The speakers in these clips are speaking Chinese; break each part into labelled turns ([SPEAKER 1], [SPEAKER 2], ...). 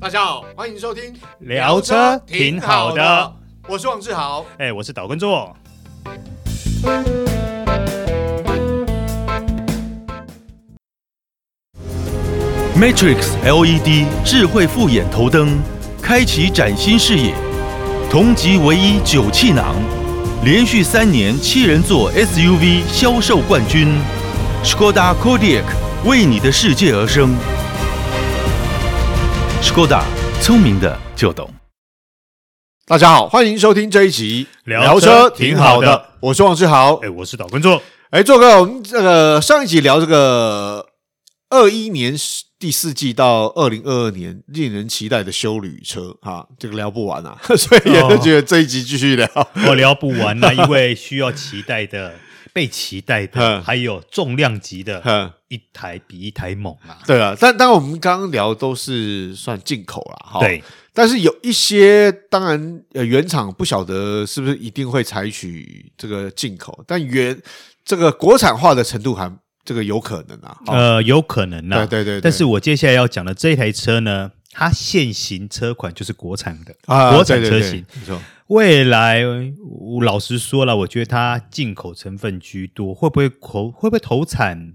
[SPEAKER 1] 大家好，欢迎收听
[SPEAKER 2] 聊车挺好的，
[SPEAKER 1] 我是王志豪。
[SPEAKER 2] 哎、我是岛根
[SPEAKER 1] 哦
[SPEAKER 2] 座。
[SPEAKER 3] Matrix LED 智慧复眼头灯，开启崭新视野。同级唯一九气囊，连续三年七人座 SUV 销售冠军。Skoda Kodiaq 为你的世界而生。Skoda，聪明的就懂。
[SPEAKER 1] 大家好，欢迎收听这一集
[SPEAKER 2] 聊车挺好的，
[SPEAKER 1] 我是王志豪
[SPEAKER 2] 哎、。我是岛根 座。
[SPEAKER 1] 哎，做哥，我们这个上一集聊这个二一年第四季到二零二二年令人期待的修旅车哈，这个聊不完啊， 所以也就觉得这一集继续聊。
[SPEAKER 2] 我聊不完那因为需要期待的、被期待的，
[SPEAKER 1] 嗯
[SPEAKER 2] 还有重量级的，
[SPEAKER 1] 嗯，
[SPEAKER 2] 一台比一台猛啊！
[SPEAKER 1] 对啊，但但我们刚刚聊都是算进口啦，哈。
[SPEAKER 2] 对，
[SPEAKER 1] 但是有一些，当然，呃，原厂不晓得是不是一定会采取这个进口，但原这个国产化的程度还这个有可能啊。哦
[SPEAKER 2] 呃，有可能
[SPEAKER 1] 对
[SPEAKER 2] 啊。
[SPEAKER 1] 对对对
[SPEAKER 2] 但是我接下来要讲的这台车呢，它现行车款就是国产的，
[SPEAKER 1] 啊，
[SPEAKER 2] 国产
[SPEAKER 1] 对
[SPEAKER 2] 车
[SPEAKER 1] 对
[SPEAKER 2] 型。
[SPEAKER 1] 对没错。
[SPEAKER 2] 未来，我老实说了，我觉得它进口成分居多，会不会口会不会投产？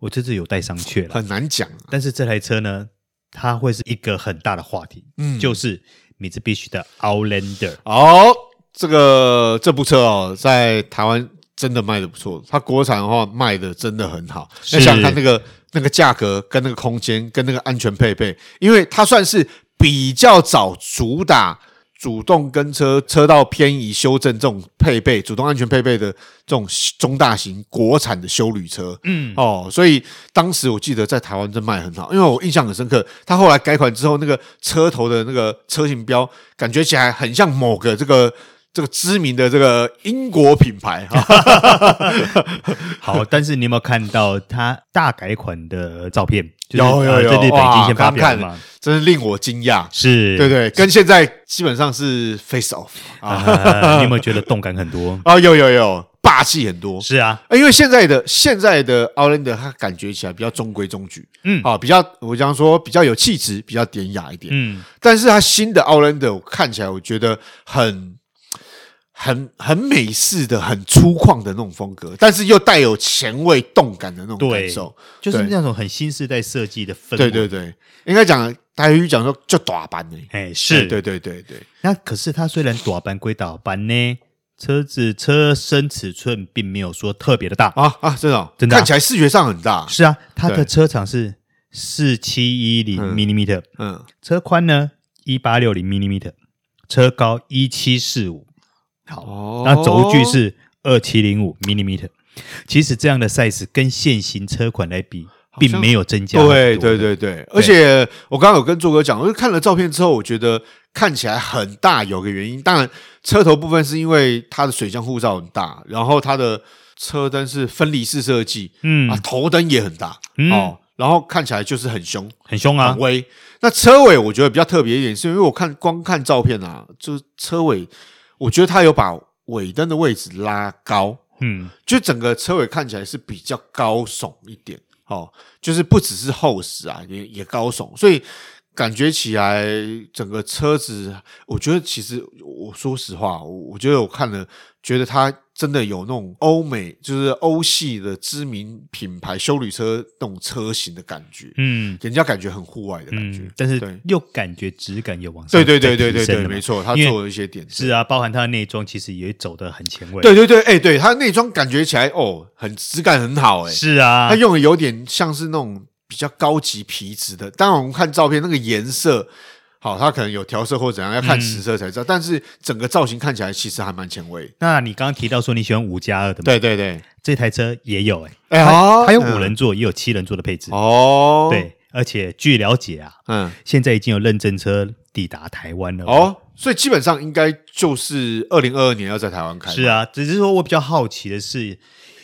[SPEAKER 2] 我这次有待商榷了。
[SPEAKER 1] 很难讲啊。
[SPEAKER 2] 但是这台车呢，它会是一个很大的话题，
[SPEAKER 1] 嗯
[SPEAKER 2] 就是米兹必须的 Outlander，
[SPEAKER 1] 好，这个这部车哦，在台湾真的卖的不错，它国产的话卖的真的很好。
[SPEAKER 2] 是
[SPEAKER 1] 那想想看那个那个价格、跟那个空间、跟那个安全配备，因为它算是比较早主打。主动跟车车道偏移修正这种配备，主动安全配备的这种中大型国产的修旅车，
[SPEAKER 2] 嗯，
[SPEAKER 1] 哦，所以当时我记得在台湾真卖很好，因为我印象很深刻，它后来改款之后，那个车头的那个车型标，感觉起来很像某个这个 这个知名的这个英国品牌 哈。
[SPEAKER 2] 好。但是你有没有看到它大改款的照片？就是、
[SPEAKER 1] 有有
[SPEAKER 2] 呃
[SPEAKER 1] 有
[SPEAKER 2] 在日本已经
[SPEAKER 1] 哇
[SPEAKER 2] 先发表了
[SPEAKER 1] 刚
[SPEAKER 2] 嘛
[SPEAKER 1] 看？真是令我惊讶。
[SPEAKER 2] 是，
[SPEAKER 1] 对对，跟现在基本上是 face off 啊 ？
[SPEAKER 2] 呃，你有没有觉得动感很多
[SPEAKER 1] 啊，有有有，霸气很多。哎
[SPEAKER 2] 是啊，
[SPEAKER 1] 因为现在的现在的 Outlander，它感觉起来比较中规中矩，
[SPEAKER 2] 嗯
[SPEAKER 1] 啊，比较我讲说比较有气质，比较典雅一点，
[SPEAKER 2] 嗯，
[SPEAKER 1] 但是它新的 Outlander 我看起来，我觉得很、很、很美式的、很粗犷的那种风格，但是又带有前卫动感的那种
[SPEAKER 2] 对
[SPEAKER 1] 感受。
[SPEAKER 2] 就是
[SPEAKER 1] 对
[SPEAKER 2] 那种很新时代设计的氛围。
[SPEAKER 1] 对对对，应该讲台语讲说就打板呢。
[SPEAKER 2] 哎，是
[SPEAKER 1] 对对对对，
[SPEAKER 2] 那可是它虽然短板归短板呢，车子车身尺寸并没有说特别的大。
[SPEAKER 1] 啊啊，真的哦、
[SPEAKER 2] 真的啊
[SPEAKER 1] 看起来视觉上很大，
[SPEAKER 2] 是啊，它的
[SPEAKER 1] 对
[SPEAKER 2] 车长是四七一零
[SPEAKER 1] 嗯
[SPEAKER 2] mm，
[SPEAKER 1] 嗯，
[SPEAKER 2] 车宽呢一八六零 mm，车高一七四五。
[SPEAKER 1] 哦
[SPEAKER 2] 那轴距是二七零五 mm。其实这样的 size 跟现行车款来比，并没有增加很多。
[SPEAKER 1] 对对对对，而且我刚刚有跟作哥讲，我就看了照片之后，我觉得看起来很大，有个原因，当然车头部分是因为它的水箱护罩很大，然后它的车灯是分离式设计，
[SPEAKER 2] 嗯
[SPEAKER 1] 啊，头灯也很大、
[SPEAKER 2] 嗯
[SPEAKER 1] 哦，然后看起来就是很凶、
[SPEAKER 2] 很凶啊
[SPEAKER 1] 很，威。那车尾我觉得比较特别一点，是因为我看光看照片啊，就是车尾，我觉得它有把尾灯的位置拉高，
[SPEAKER 2] 嗯，
[SPEAKER 1] 就整个车尾看起来是比较高耸一点，哦，就是不只是厚实啊，也也高耸，所以感觉起来整个车子，我觉得其实我说实话，我我觉得我看了，觉得它真的有那种欧美，就是欧系的知名品牌修旅车那种车型的感觉，
[SPEAKER 2] 嗯
[SPEAKER 1] 人家感觉很户外的感觉，
[SPEAKER 2] 嗯，但是
[SPEAKER 1] 对
[SPEAKER 2] 又感觉质感有往上
[SPEAKER 1] 对对对
[SPEAKER 2] 在
[SPEAKER 1] 对
[SPEAKER 2] 提
[SPEAKER 1] 对
[SPEAKER 2] 升
[SPEAKER 1] 对，
[SPEAKER 2] 了嘛
[SPEAKER 1] 没错，它
[SPEAKER 2] 因为
[SPEAKER 1] 做了一些点
[SPEAKER 2] 是啊，包含它的内装其实也走得很前卫。，
[SPEAKER 1] 对对对，哎、对它内装感觉起来哦，很质感很好、哎，
[SPEAKER 2] 是啊
[SPEAKER 1] 它，用的有点像是那种比较高级皮质的。当然，我们看照片那个颜色，好，它可能有调色或怎样，要看实色才知
[SPEAKER 2] 嗯
[SPEAKER 1] 道。但是整个造型看起来其实还蛮前卫。
[SPEAKER 2] 那你刚刚提到说你喜欢五加二的嘛？，
[SPEAKER 1] 对对对，
[SPEAKER 2] 这台车也有哎、
[SPEAKER 1] 哎
[SPEAKER 2] 它
[SPEAKER 1] 哦
[SPEAKER 2] 它有
[SPEAKER 1] 嗯
[SPEAKER 2] 五人座，也有七人座的配置。
[SPEAKER 1] 哦，，
[SPEAKER 2] 对，而且据了解啊，
[SPEAKER 1] 嗯，
[SPEAKER 2] 现在已经有认证车抵达台湾了。，
[SPEAKER 1] 哦，所以基本上应该就是二零二二年要在台湾开。
[SPEAKER 2] 是，啊，只是说我比较好奇的是，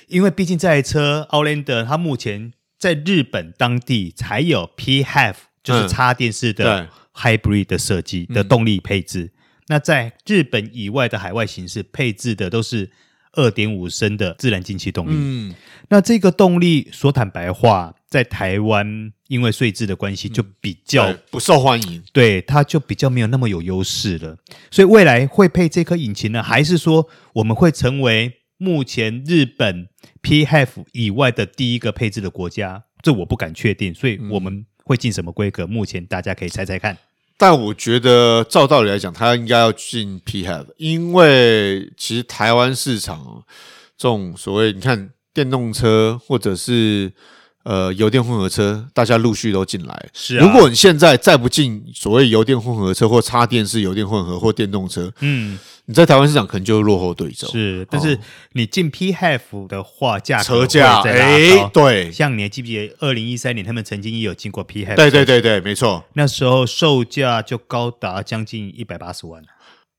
[SPEAKER 2] 因为毕竟这台车 Outlander 它目前在日本当地才有 p h a v 就是
[SPEAKER 1] 嗯
[SPEAKER 2] 插电式
[SPEAKER 1] 对嗯
[SPEAKER 2] 的 Hybrid 的设计的动力配置。那在日本以外的海外形式配置的都是二点五升的自然进气动力。
[SPEAKER 1] 嗯，
[SPEAKER 2] 那这个动力说坦白话，在台湾因为税制的关系，就比较、
[SPEAKER 1] 嗯对不受欢迎，
[SPEAKER 2] 对它就比较没有那么有优势了。所以未来会配这颗引擎呢，还是说我们会成为目前日本 p h e f 以外的第一个配置的国家？这我不敢确定，所以
[SPEAKER 1] 嗯
[SPEAKER 2] 我们会进什么规格？目前大家可以猜猜看。
[SPEAKER 1] 但我觉得照道理来讲，他应该要进 p h e v 因为其实台湾市场这种所谓你看电动车或者是呃油电混合车，大家陆续都进来。
[SPEAKER 2] 是啊
[SPEAKER 1] 如果你现在再不进所谓油电混合车或插电式油电混合或电动车，
[SPEAKER 2] 嗯，
[SPEAKER 1] 你在台湾市场可能就落后对手。
[SPEAKER 2] 是，但是你进 p h e f 的话，价格
[SPEAKER 1] 车哦价，
[SPEAKER 2] 会再拉
[SPEAKER 1] 哎
[SPEAKER 2] 高，
[SPEAKER 1] 对，
[SPEAKER 2] 像你还记不记得二零一三年他们曾经也有经过 p h e f
[SPEAKER 1] 对对对对，没错。
[SPEAKER 2] 那时候售价就高达将近一百八十万，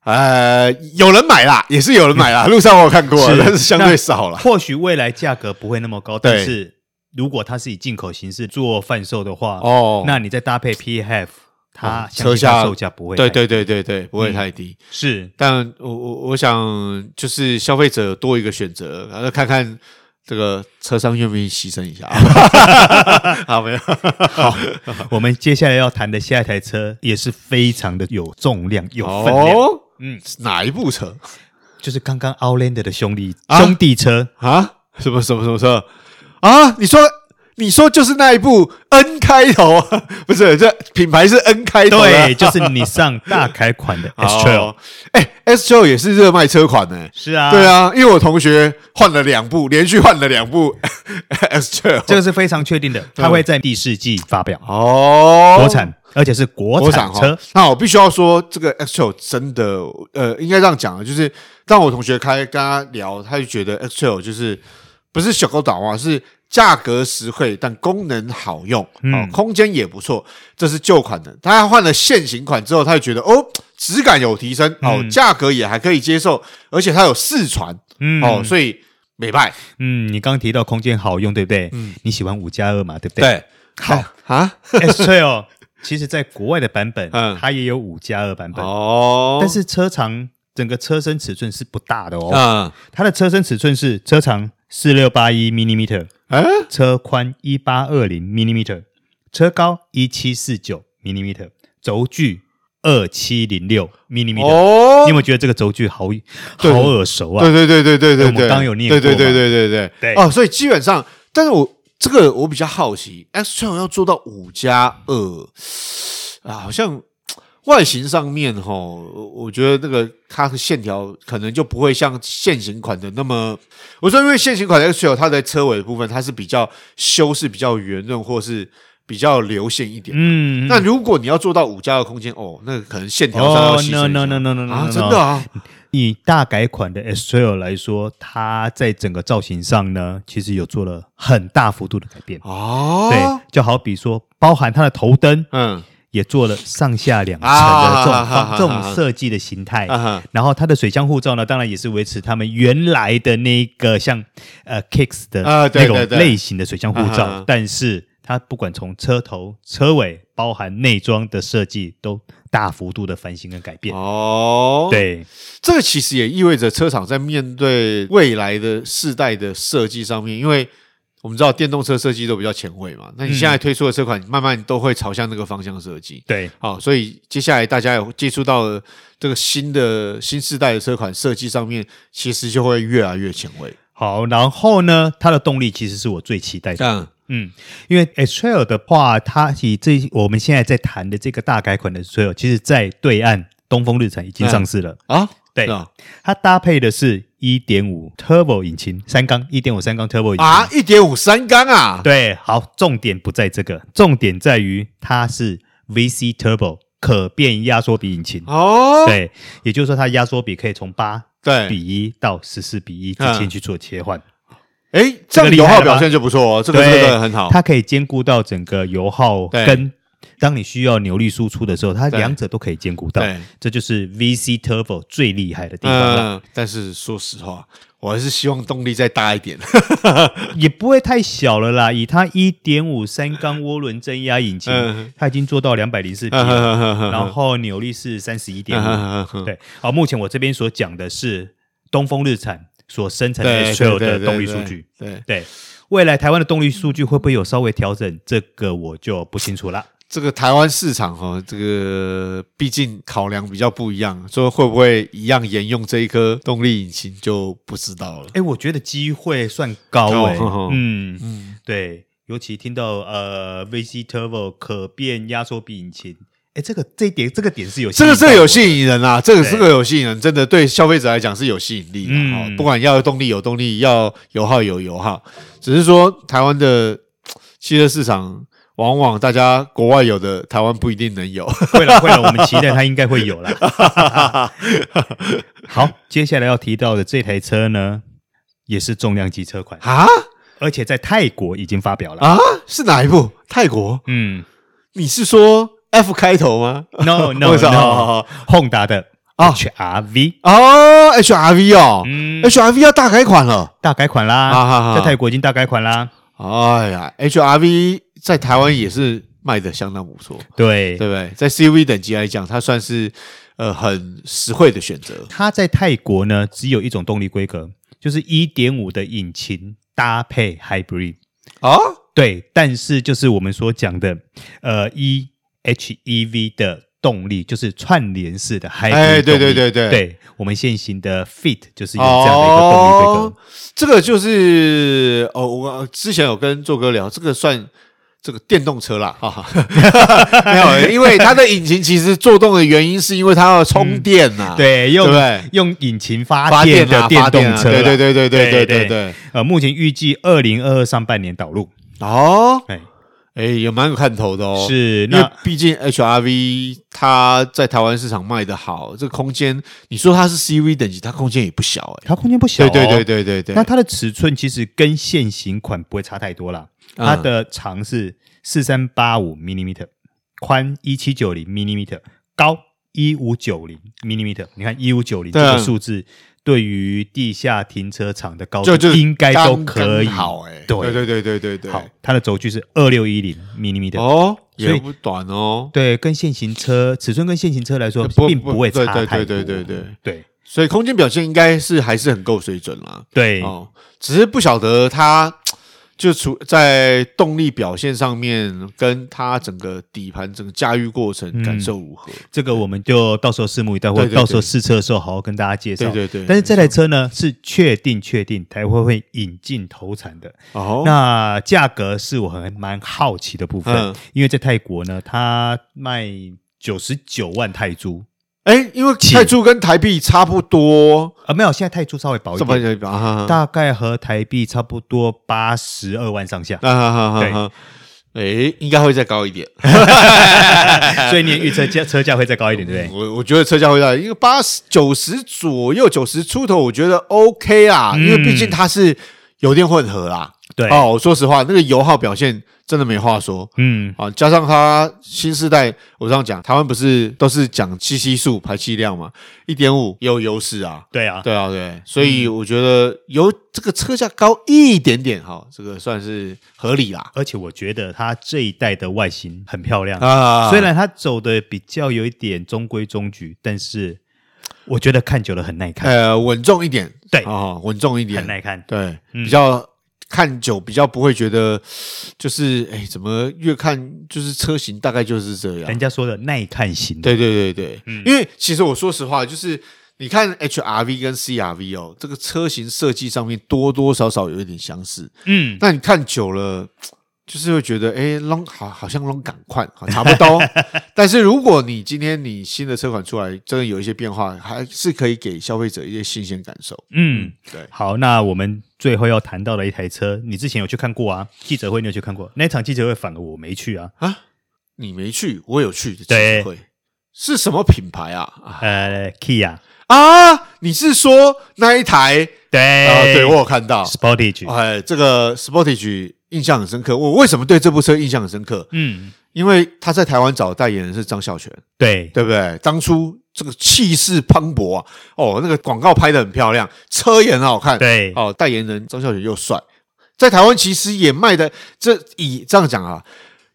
[SPEAKER 1] 呃，有人买啦，也是有人买啦，路上我有看过，
[SPEAKER 2] 是
[SPEAKER 1] 但是相对少了。
[SPEAKER 2] 或许未来价格不会那么高，
[SPEAKER 1] 对
[SPEAKER 2] 但是如果它是以进口形式做贩售的话，
[SPEAKER 1] 哦
[SPEAKER 2] 那你再搭配 p h e f 它
[SPEAKER 1] 哦
[SPEAKER 2] 相信
[SPEAKER 1] 车价
[SPEAKER 2] 它售价不会太
[SPEAKER 1] 对对对对对，不会太低。
[SPEAKER 2] 是
[SPEAKER 1] 但我我我想，就是消费者多一个选择，然后看看这个车商愿不愿意牺牲一 下啊。好，没有，好，
[SPEAKER 2] 我们接下来要谈的下一台车也是非常的有重量、有分量，
[SPEAKER 1] 哦，
[SPEAKER 2] 嗯，
[SPEAKER 1] 哪一部车
[SPEAKER 2] 就是刚刚 Outlander 的兄弟、
[SPEAKER 1] 啊
[SPEAKER 2] 兄弟车，
[SPEAKER 1] 啊？什么什么什么车啊？你说。你说就是那一部 N 开头啊， 不是这品牌是 N 开头的啊，
[SPEAKER 2] 对，就是你上大改 款的 S Trail，
[SPEAKER 1] 哦哎、s Trail 也是热卖车款呢、
[SPEAKER 2] 是啊，
[SPEAKER 1] 对。啊，因为我同学换了两部，连续换了两部 S Trail。
[SPEAKER 2] 这个是非常确定的，它会在第四季发表，
[SPEAKER 1] 嗯哦，
[SPEAKER 2] 国产，而且是国
[SPEAKER 1] 国产
[SPEAKER 2] 产车
[SPEAKER 1] 哈。。那我必须要说，这个 X Trail 真的，呃，应该这样讲啊，就是当我同学开跟他聊，他就觉得 X Trail 就是不是小狗岛啊，是价格实惠，但功能好用，
[SPEAKER 2] 嗯
[SPEAKER 1] 哦，空间也不错，这是旧款的。他换了现行款之后，他就觉得哦，质感有提升，哦，价格也还可以接受，而且它有四传，
[SPEAKER 2] 嗯
[SPEAKER 1] 哦，所以美败，
[SPEAKER 2] 嗯，你刚提到空间好用，对不对？嗯，你喜欢五加二嘛，对不对？哎
[SPEAKER 1] 对，好啊，
[SPEAKER 2] 对，S Trail 其实在国外的版本，
[SPEAKER 1] 嗯
[SPEAKER 2] 它也有五加二版本，
[SPEAKER 1] 哦
[SPEAKER 2] 但是车长整个车身尺寸是不大的哦，
[SPEAKER 1] 嗯，
[SPEAKER 2] 它的车身尺寸是车长四六八一 millimeter，
[SPEAKER 1] 哎，
[SPEAKER 2] 车宽一八二零 millimeter，车高一七四九 millimeter，轴距二七零六 millimeter。
[SPEAKER 1] 哦
[SPEAKER 2] 你有没有觉得这个轴距好好耳熟啊？
[SPEAKER 1] 对对对对对对
[SPEAKER 2] 我们
[SPEAKER 1] 对，
[SPEAKER 2] 刚有念
[SPEAKER 1] 对对
[SPEAKER 2] 过
[SPEAKER 1] 对
[SPEAKER 2] 嘛
[SPEAKER 1] 对对对
[SPEAKER 2] 对
[SPEAKER 1] 哦，所以基本上，但是我这个我比较好奇，X Trail 要做到五加二啊，好像外形上面哈，我我觉得那个它的线条可能就不会像现行款的那么，我说因为现行款的 X Trail 它在车尾的部分它是比较修饰比较圆润或是比较流线一点。
[SPEAKER 2] 嗯，
[SPEAKER 1] 那如果你要做到五加二空间，哦，那个可能线条上要
[SPEAKER 2] 哦
[SPEAKER 1] 牺牲一下、
[SPEAKER 2] ，no no no no no no，
[SPEAKER 1] 啊，
[SPEAKER 2] no，
[SPEAKER 1] 真的啊，
[SPEAKER 2] 以大改款的 S Trail 来说，它在整个造型上呢，其实有做了很大幅度的改变。
[SPEAKER 1] 哦，
[SPEAKER 2] 对，就好比说，包含它的头灯
[SPEAKER 1] 嗯，
[SPEAKER 2] 也做了上下两层
[SPEAKER 1] 啊
[SPEAKER 2] 的这种
[SPEAKER 1] 哈哈哈
[SPEAKER 2] 方
[SPEAKER 1] 哈
[SPEAKER 2] 这种设计的形态
[SPEAKER 1] 啊。哈，
[SPEAKER 2] 然后它的水箱护罩呢，当然也是维持他们原来的那个像呃 Kicks 的
[SPEAKER 1] 啊对
[SPEAKER 2] 那种
[SPEAKER 1] 对对
[SPEAKER 2] 类型的水箱护罩，
[SPEAKER 1] 啊哈
[SPEAKER 2] 但是它不管从车头、车尾，包含内装的设计，都大幅度的翻新跟改变。
[SPEAKER 1] 哦，，
[SPEAKER 2] 对，
[SPEAKER 1] 这个其实也意味着车厂在面对未来的世代的设计上面，因为我们知道电动车设计都比较前卫嘛，那你现在推出的车款慢慢都会朝向那个方向设计。
[SPEAKER 2] 对，
[SPEAKER 1] 好，所以接下来大家有接触到的这个新的新世代的车款设计上面，其实就会越来越前卫。
[SPEAKER 2] 好，然后呢，它的动力其实是我最期待的。
[SPEAKER 1] 样，
[SPEAKER 2] 嗯，因为 S Trail 的话，它以这我们现在在谈的这个大改款的 Trail，其实在对岸东风日产已经上市了。
[SPEAKER 1] 啊，
[SPEAKER 2] 对
[SPEAKER 1] 是啊
[SPEAKER 2] 它搭配的是1.5 Turbo 引擎，三缸1.5三缸 Turbo 引擎。
[SPEAKER 1] 啊，一点五三缸啊，
[SPEAKER 2] 对，好，重点不在这个，重点在于它是 VC Turbo 可变压缩比引擎。
[SPEAKER 1] 哦，
[SPEAKER 2] 对，也就是说它压缩比可以从八比
[SPEAKER 1] 对，
[SPEAKER 2] 一到十四比一之间去做切换。
[SPEAKER 1] 哎，这
[SPEAKER 2] 这
[SPEAKER 1] 个
[SPEAKER 2] 个厉
[SPEAKER 1] 油
[SPEAKER 2] 害
[SPEAKER 1] 耗
[SPEAKER 2] 了吧
[SPEAKER 1] 表现就不错哦，这个
[SPEAKER 2] 对，
[SPEAKER 1] 这个很好。
[SPEAKER 2] 它可以兼顾到整个油耗
[SPEAKER 1] 对
[SPEAKER 2] 跟当你需要扭力输出的时候，它
[SPEAKER 1] 对
[SPEAKER 2] 两者都可以兼顾到
[SPEAKER 1] 对。
[SPEAKER 2] 这就是 VC Turbo 最厉害的地方了，
[SPEAKER 1] 嗯，但是说实话，我还是希望动力再大一点。
[SPEAKER 2] 也不会太小了啦。以它一点五三缸涡轮增压引擎，
[SPEAKER 1] 嗯
[SPEAKER 2] 它已经做到两百零四匹了， 然
[SPEAKER 1] 然
[SPEAKER 2] 后扭
[SPEAKER 1] 嗯
[SPEAKER 2] 力是三十一点五。
[SPEAKER 1] 后
[SPEAKER 2] 对，好，目前我这边所讲的是东风日产所生成的
[SPEAKER 1] 对，
[SPEAKER 2] 所有
[SPEAKER 1] 对
[SPEAKER 2] 的
[SPEAKER 1] 对
[SPEAKER 2] 动力
[SPEAKER 1] 对
[SPEAKER 2] 数据。
[SPEAKER 1] 对，
[SPEAKER 2] 对，未来台湾的动力数据会不会有稍微调整？这个我就不清楚了。
[SPEAKER 1] 这个台湾市场哈、哦，这个毕竟考量比较不一样，所以会不会一样沿用这一颗动力引擎就不知道了。
[SPEAKER 2] 哎，我觉得机会算高
[SPEAKER 1] 高
[SPEAKER 2] 哎、
[SPEAKER 1] 呵呵
[SPEAKER 2] 嗯嗯，对，尤其听到呃 VC Turbo 可变压缩比引擎，哎，这个这一点这个点是有
[SPEAKER 1] 这个这个有
[SPEAKER 2] 戏，
[SPEAKER 1] 吸引人啊，这个
[SPEAKER 2] 对
[SPEAKER 1] 这个有吸引人，真的对消费者来讲是有吸引力的、
[SPEAKER 2] 嗯
[SPEAKER 1] 哦。不管要有动力有动力，要油耗有油耗，只是说台湾的嘖汽车市场，往往大家国外有的，台湾不一定能有。
[SPEAKER 2] 会了会了，我们期待它应该会有啦。 好，接下来要提到的这台车呢，也是重量级车款，
[SPEAKER 1] 啊
[SPEAKER 2] 而且在泰国已经发表了。
[SPEAKER 1] 啊，是哪一部？泰国？
[SPEAKER 2] 嗯
[SPEAKER 1] 你是说 F 开头吗？
[SPEAKER 2] ，no no
[SPEAKER 1] 我知道好
[SPEAKER 2] no，
[SPEAKER 1] 好
[SPEAKER 2] 宏达的
[SPEAKER 1] 哦
[SPEAKER 2] HRV，
[SPEAKER 1] 哦，HRV 哦、
[SPEAKER 2] 嗯，
[SPEAKER 1] h r v 要大改款了。
[SPEAKER 2] 大改款
[SPEAKER 1] 啊哈
[SPEAKER 2] 啦，
[SPEAKER 1] 哈
[SPEAKER 2] 在泰国已经大改款啦。
[SPEAKER 1] 哎呀，HRV 在台湾也是卖的相当不错。
[SPEAKER 2] 对，
[SPEAKER 1] 对不对？在 CUV 等级来讲，它算是呃很实惠的选择。
[SPEAKER 2] 它在泰国呢只有一种动力规格，就是一点五的引擎搭配 Hybrid。
[SPEAKER 1] 啊，
[SPEAKER 2] 对，但是就是我们所讲的呃 E H E V 的动力，就是串联式的 Hybrid 动
[SPEAKER 1] 哎
[SPEAKER 2] 力。
[SPEAKER 1] 对对对对
[SPEAKER 2] 对我们现行的 Fit 就是用这样的一个动力规格。
[SPEAKER 1] 哦这个就是哦，我之前有跟做哥聊，这个算。这个电动车啦，哈哈， 没有，因为它的引擎其实做动的原因是因为它要充电呐、，
[SPEAKER 2] 对，
[SPEAKER 1] 嗯
[SPEAKER 2] 用
[SPEAKER 1] 哦对不对
[SPEAKER 2] 用引擎发
[SPEAKER 1] 发
[SPEAKER 2] 电
[SPEAKER 1] 电啊
[SPEAKER 2] 的电
[SPEAKER 1] 发
[SPEAKER 2] 动
[SPEAKER 1] 电啊
[SPEAKER 2] 车啦，
[SPEAKER 1] 对对对对对对
[SPEAKER 2] 对
[SPEAKER 1] 对对。
[SPEAKER 2] 呃，目前预计二零二二上半年导入。
[SPEAKER 1] 哦，
[SPEAKER 2] 哎，
[SPEAKER 1] 哎，也蛮有看头的哦，
[SPEAKER 2] 是
[SPEAKER 1] 因为
[SPEAKER 2] 那
[SPEAKER 1] 毕竟 HRV 它在台湾市场卖的好，这个空间，你说它是 CV 等级，它空间也不小哎、
[SPEAKER 2] 它空间不小、
[SPEAKER 1] 对
[SPEAKER 2] 哦，
[SPEAKER 1] 对对对对对，
[SPEAKER 2] 那它的尺寸其实跟现行款不会差太多啦，
[SPEAKER 1] 嗯
[SPEAKER 2] 它的长是四三八五 m m 宽一七九零 m m 高一五九零 m m 你看一五九零这
[SPEAKER 1] 对啊
[SPEAKER 2] 个数字，对于地下停车场的高度
[SPEAKER 1] 就就
[SPEAKER 2] 应该都可以。
[SPEAKER 1] 刚刚好哎、欸，
[SPEAKER 2] 对
[SPEAKER 1] 对对对对对
[SPEAKER 2] 好，它的轴距是二六一零 m m
[SPEAKER 1] 哦，
[SPEAKER 2] 所以
[SPEAKER 1] 也不短哦，
[SPEAKER 2] 对，跟现行车尺寸跟现行车来说，
[SPEAKER 1] 不
[SPEAKER 2] 并不会差
[SPEAKER 1] 对
[SPEAKER 2] 太
[SPEAKER 1] 对对
[SPEAKER 2] 多。
[SPEAKER 1] 对对对，
[SPEAKER 2] 对
[SPEAKER 1] 所以空间表现应该是还是很够水准啦。
[SPEAKER 2] 对
[SPEAKER 1] 哦，只是不晓得它就除在动力表现上面，跟它整个底盘整个驾驭过程感
[SPEAKER 2] 嗯
[SPEAKER 1] 受如何？
[SPEAKER 2] 这个我们就到时候拭目以待，或
[SPEAKER 1] 对
[SPEAKER 2] 者
[SPEAKER 1] 对
[SPEAKER 2] 到时候试车的时候好好跟大家介绍。
[SPEAKER 1] 对对对
[SPEAKER 2] 但是这台车呢，是确定确定台湾会引进投产的。
[SPEAKER 1] 哦，
[SPEAKER 2] 那价格是我很蛮好奇的部分，
[SPEAKER 1] 嗯
[SPEAKER 2] 因为在泰国呢，它卖九十九万泰铢
[SPEAKER 1] 哎，因为泰铢跟台币差不多，
[SPEAKER 2] 啊、没有，现在泰铢稍微薄一
[SPEAKER 1] 这么
[SPEAKER 2] 点，
[SPEAKER 1] 一个啊哈，
[SPEAKER 2] 大概和台币差不多八十二 万上下。
[SPEAKER 1] 啊哈哈哈哈，哎，应该会再高一点。
[SPEAKER 2] 所以你也预测价车价会再高一点，对
[SPEAKER 1] 哎
[SPEAKER 2] 不对？
[SPEAKER 1] 我我觉得车价会大，因为八十九十左右，九十出头，我觉得 OK 啦，
[SPEAKER 2] 嗯
[SPEAKER 1] 因为毕竟它是油电混合啦。
[SPEAKER 2] 对，
[SPEAKER 1] 哦，我说实话，那个油耗表现真的没话说
[SPEAKER 2] 嗯，
[SPEAKER 1] 啊。加上它新世代，我这样讲，台湾不是都是讲七七数排气量嘛，一点五也有优势啊。
[SPEAKER 2] 对啊，嗯
[SPEAKER 1] 对啊，对，所以我觉得由这个车价高一点点哈，这个算是合理啦。
[SPEAKER 2] 而且我觉得它这一代的外形很漂亮
[SPEAKER 1] 啊
[SPEAKER 2] 虽然它走的比较有一点中规中矩，但是我觉得看久了很耐看，
[SPEAKER 1] 呃，稳重一点，
[SPEAKER 2] 对
[SPEAKER 1] 哦，稳重一点
[SPEAKER 2] 很，耐看。
[SPEAKER 1] 对，
[SPEAKER 2] 嗯
[SPEAKER 1] 比较看久，比较不会觉得就是哎，怎么越看就是车型大概就是这
[SPEAKER 2] 人
[SPEAKER 1] 样。
[SPEAKER 2] 家嗯说的耐看型，
[SPEAKER 1] 啊对对对对，因为其实我说实话，就是你看 HRV 跟 CRV 哦，这个车型设计上面多多少少有一点相似，
[SPEAKER 2] 嗯，
[SPEAKER 1] 那你看久了。就是会觉得，哎、long 好，好像 long 赶快，好差不 多。但是如果你今天你新的车款出来，真的有一些变化，还是可以给消费者一些新鲜感受。
[SPEAKER 2] 嗯，
[SPEAKER 1] 对
[SPEAKER 2] 好，那我们最后要谈到的一台车，你之前有去看过啊？记者会你有去看过？那一场记者会反而我没去啊。
[SPEAKER 1] 你没去，我有去的
[SPEAKER 2] 对
[SPEAKER 1] 机会。是什么品牌啊？
[SPEAKER 2] 呃，Kia，嗯
[SPEAKER 1] 啊，你是说那一台？
[SPEAKER 2] 对，
[SPEAKER 1] 啊，对我有看到。
[SPEAKER 2] Sportage，
[SPEAKER 1] 哎，这个 Sportage 印象很深刻。我为什么对这部车印象很深刻？
[SPEAKER 2] 嗯，
[SPEAKER 1] 因为他在台湾找的代言人是张孝全，
[SPEAKER 2] 对，
[SPEAKER 1] 对不对？当初这个气势磅礴啊，哦，那个广告拍的很漂亮，车也很好看。
[SPEAKER 2] 对
[SPEAKER 1] 哦，代言人张孝全又帅，在台湾其实也卖的，这以这样讲啊，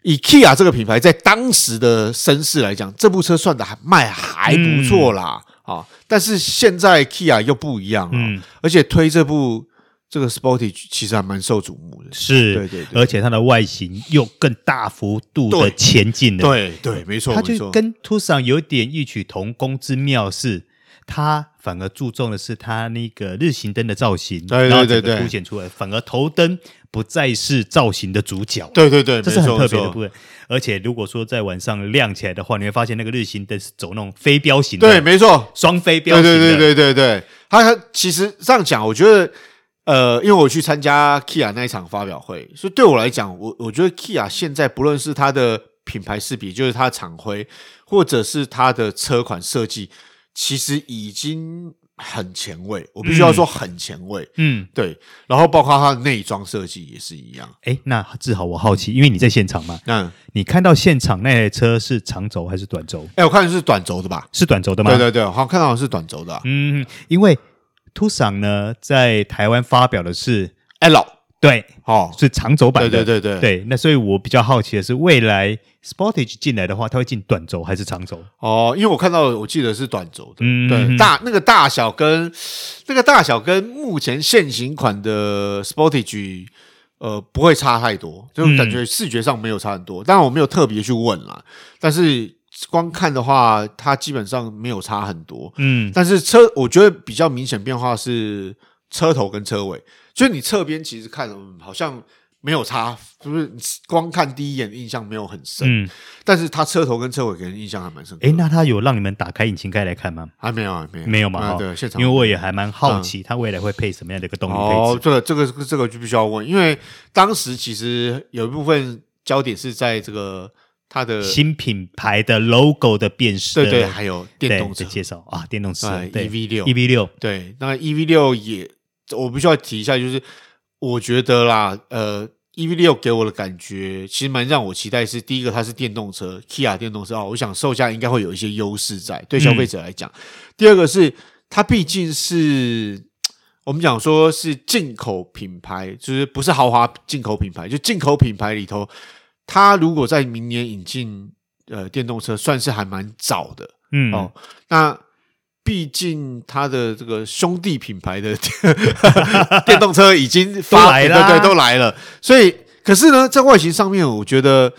[SPEAKER 1] 以 Kia 这个品牌在当时的声势来讲，这部车算的还卖还不错啦。啊、但是现在 Kia 又不一样了、啊
[SPEAKER 2] 嗯，
[SPEAKER 1] 而且推这部这个 Sporty 其实还蛮受瞩目的。
[SPEAKER 2] 是，
[SPEAKER 1] 对对对
[SPEAKER 2] 而且它的外形又更大幅度的
[SPEAKER 1] 对
[SPEAKER 2] 前进了，
[SPEAKER 1] 对对，没错，
[SPEAKER 2] 它
[SPEAKER 1] 没
[SPEAKER 2] 哦就
[SPEAKER 1] 错，
[SPEAKER 2] 跟 Tucson 有点异曲同工之妙是。它反而注重的是它那个日行灯的造型，
[SPEAKER 1] 对对
[SPEAKER 2] 然后
[SPEAKER 1] 对
[SPEAKER 2] 整个
[SPEAKER 1] 对
[SPEAKER 2] 凸显出来，反而头灯不再是造型的主角，
[SPEAKER 1] 对对对，
[SPEAKER 2] 这是
[SPEAKER 1] 没
[SPEAKER 2] 很
[SPEAKER 1] 错
[SPEAKER 2] 特别
[SPEAKER 1] 没
[SPEAKER 2] 的部
[SPEAKER 1] 错
[SPEAKER 2] 分。而且如果说在晚上亮起来的话，你会发现那个日行灯是走那种飞镖型的，
[SPEAKER 1] 对，没错，
[SPEAKER 2] 双飞镖
[SPEAKER 1] 对
[SPEAKER 2] 型的，
[SPEAKER 1] 对对对对对，他他其实这样讲，我觉得，呃，因为我去参加 Kia 那一场发表会，所以对我来讲，我我觉得 Kia 现在不论是它的品牌识别，就是它的厂徽，或者是它的车款设计，其实已经很前卫。我必须要说很前卫，
[SPEAKER 2] 嗯，
[SPEAKER 1] 对。然后包括它的内装设计也是一样。
[SPEAKER 2] 哎，那志豪，我好奇，因为你在现场嘛，
[SPEAKER 1] 那
[SPEAKER 2] 你看到现场那台车是长轴还是短轴？
[SPEAKER 1] 哎，我看是短轴的吧？
[SPEAKER 2] 是短轴的吗？
[SPEAKER 1] 对对对，好像看到是短轴的、啊。
[SPEAKER 2] 嗯，因为 Tucson 呢，在台湾发表的是
[SPEAKER 1] L
[SPEAKER 2] 对
[SPEAKER 1] 哦，
[SPEAKER 2] 是长轴版
[SPEAKER 1] 对
[SPEAKER 2] 的，
[SPEAKER 1] 对对对
[SPEAKER 2] 对。那所以我比较好奇的是，未来 Sportage 进来的话，它会进短轴还是长轴？
[SPEAKER 1] 哦，因为我看到我记得是短轴的，
[SPEAKER 2] 嗯
[SPEAKER 1] 对，大那个大小跟那个大小跟目前现行款的 Sportage 呃不会差太多，就
[SPEAKER 2] 嗯
[SPEAKER 1] 感觉视觉上没有差很多。当然我没有特别去问啦，但是光看的话，它基本上没有差很多。
[SPEAKER 2] 嗯，
[SPEAKER 1] 但是车我觉得比较明显变化是车头跟车尾，就是你侧边其实看嗯好像没有差，就是你光看第一眼印象没有很深，
[SPEAKER 2] 嗯，
[SPEAKER 1] 但是它车头跟车尾给人印象还蛮深刻的。
[SPEAKER 2] 哎，那它有让你们打开引擎盖来看吗？
[SPEAKER 1] 还没有，还没有，
[SPEAKER 2] 没有嘛？
[SPEAKER 1] 啊
[SPEAKER 2] 哈
[SPEAKER 1] 对，现场嗯
[SPEAKER 2] 因为我也还蛮好奇，它未来会配什么样的一个动力配
[SPEAKER 1] 哦
[SPEAKER 2] 置？，
[SPEAKER 1] 这个这个这个就必须要问，因为当时其实有一部分焦点是在这个它的
[SPEAKER 2] 新品牌的 logo 的辨识，
[SPEAKER 1] 对对，还有电
[SPEAKER 2] 对
[SPEAKER 1] 动车
[SPEAKER 2] 的介绍啊，电动车
[SPEAKER 1] 哎
[SPEAKER 2] 对
[SPEAKER 1] EV6
[SPEAKER 2] EV 六，
[SPEAKER 1] 对，那 EV 六也我必须要提一下，就是我觉得啦，呃。EV 六给我的感觉其实蛮让我期待是，第一个它是电动车，Kia 电动车哦，我想售价应该会有一些优势在对消费者来讲。第二个是它毕竟是我们讲说是进口品牌，就是不是豪华进口品牌，就进口品牌里头，它如果在明年引进呃电动车，算是还蛮早的。
[SPEAKER 2] 嗯，
[SPEAKER 1] 哦，那毕竟它的这个兄弟品牌 的电动车已经
[SPEAKER 2] 都
[SPEAKER 1] 发
[SPEAKER 2] 来
[SPEAKER 1] 对
[SPEAKER 2] 啦
[SPEAKER 1] 对，都来了。所以，可是呢，在外形上面，我觉得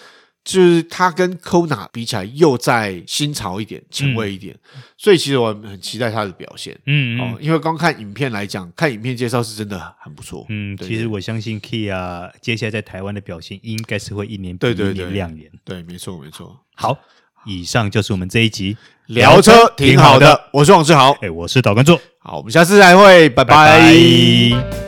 [SPEAKER 1] 就是它跟 Kona 比起来，又再新潮一点、前卫一点。所以，其实我很期待它的表现。
[SPEAKER 2] 嗯
[SPEAKER 1] 哦
[SPEAKER 2] 嗯，
[SPEAKER 1] 因为光看影片来讲，看影片介绍是真的很不错。
[SPEAKER 2] 嗯，
[SPEAKER 1] 对
[SPEAKER 2] 其实我相信 Kia 接下来在台湾的表现应该是会一年比
[SPEAKER 1] 对
[SPEAKER 2] 一
[SPEAKER 1] 对
[SPEAKER 2] 年
[SPEAKER 1] 对
[SPEAKER 2] 亮眼。
[SPEAKER 1] 对，没错，没错。
[SPEAKER 2] 好，以上就是我们这一集
[SPEAKER 1] 聊车挺好的，。我是王志豪。
[SPEAKER 2] 哎，我是导观众，
[SPEAKER 1] 好，我们下次再会，拜拜
[SPEAKER 2] 拜拜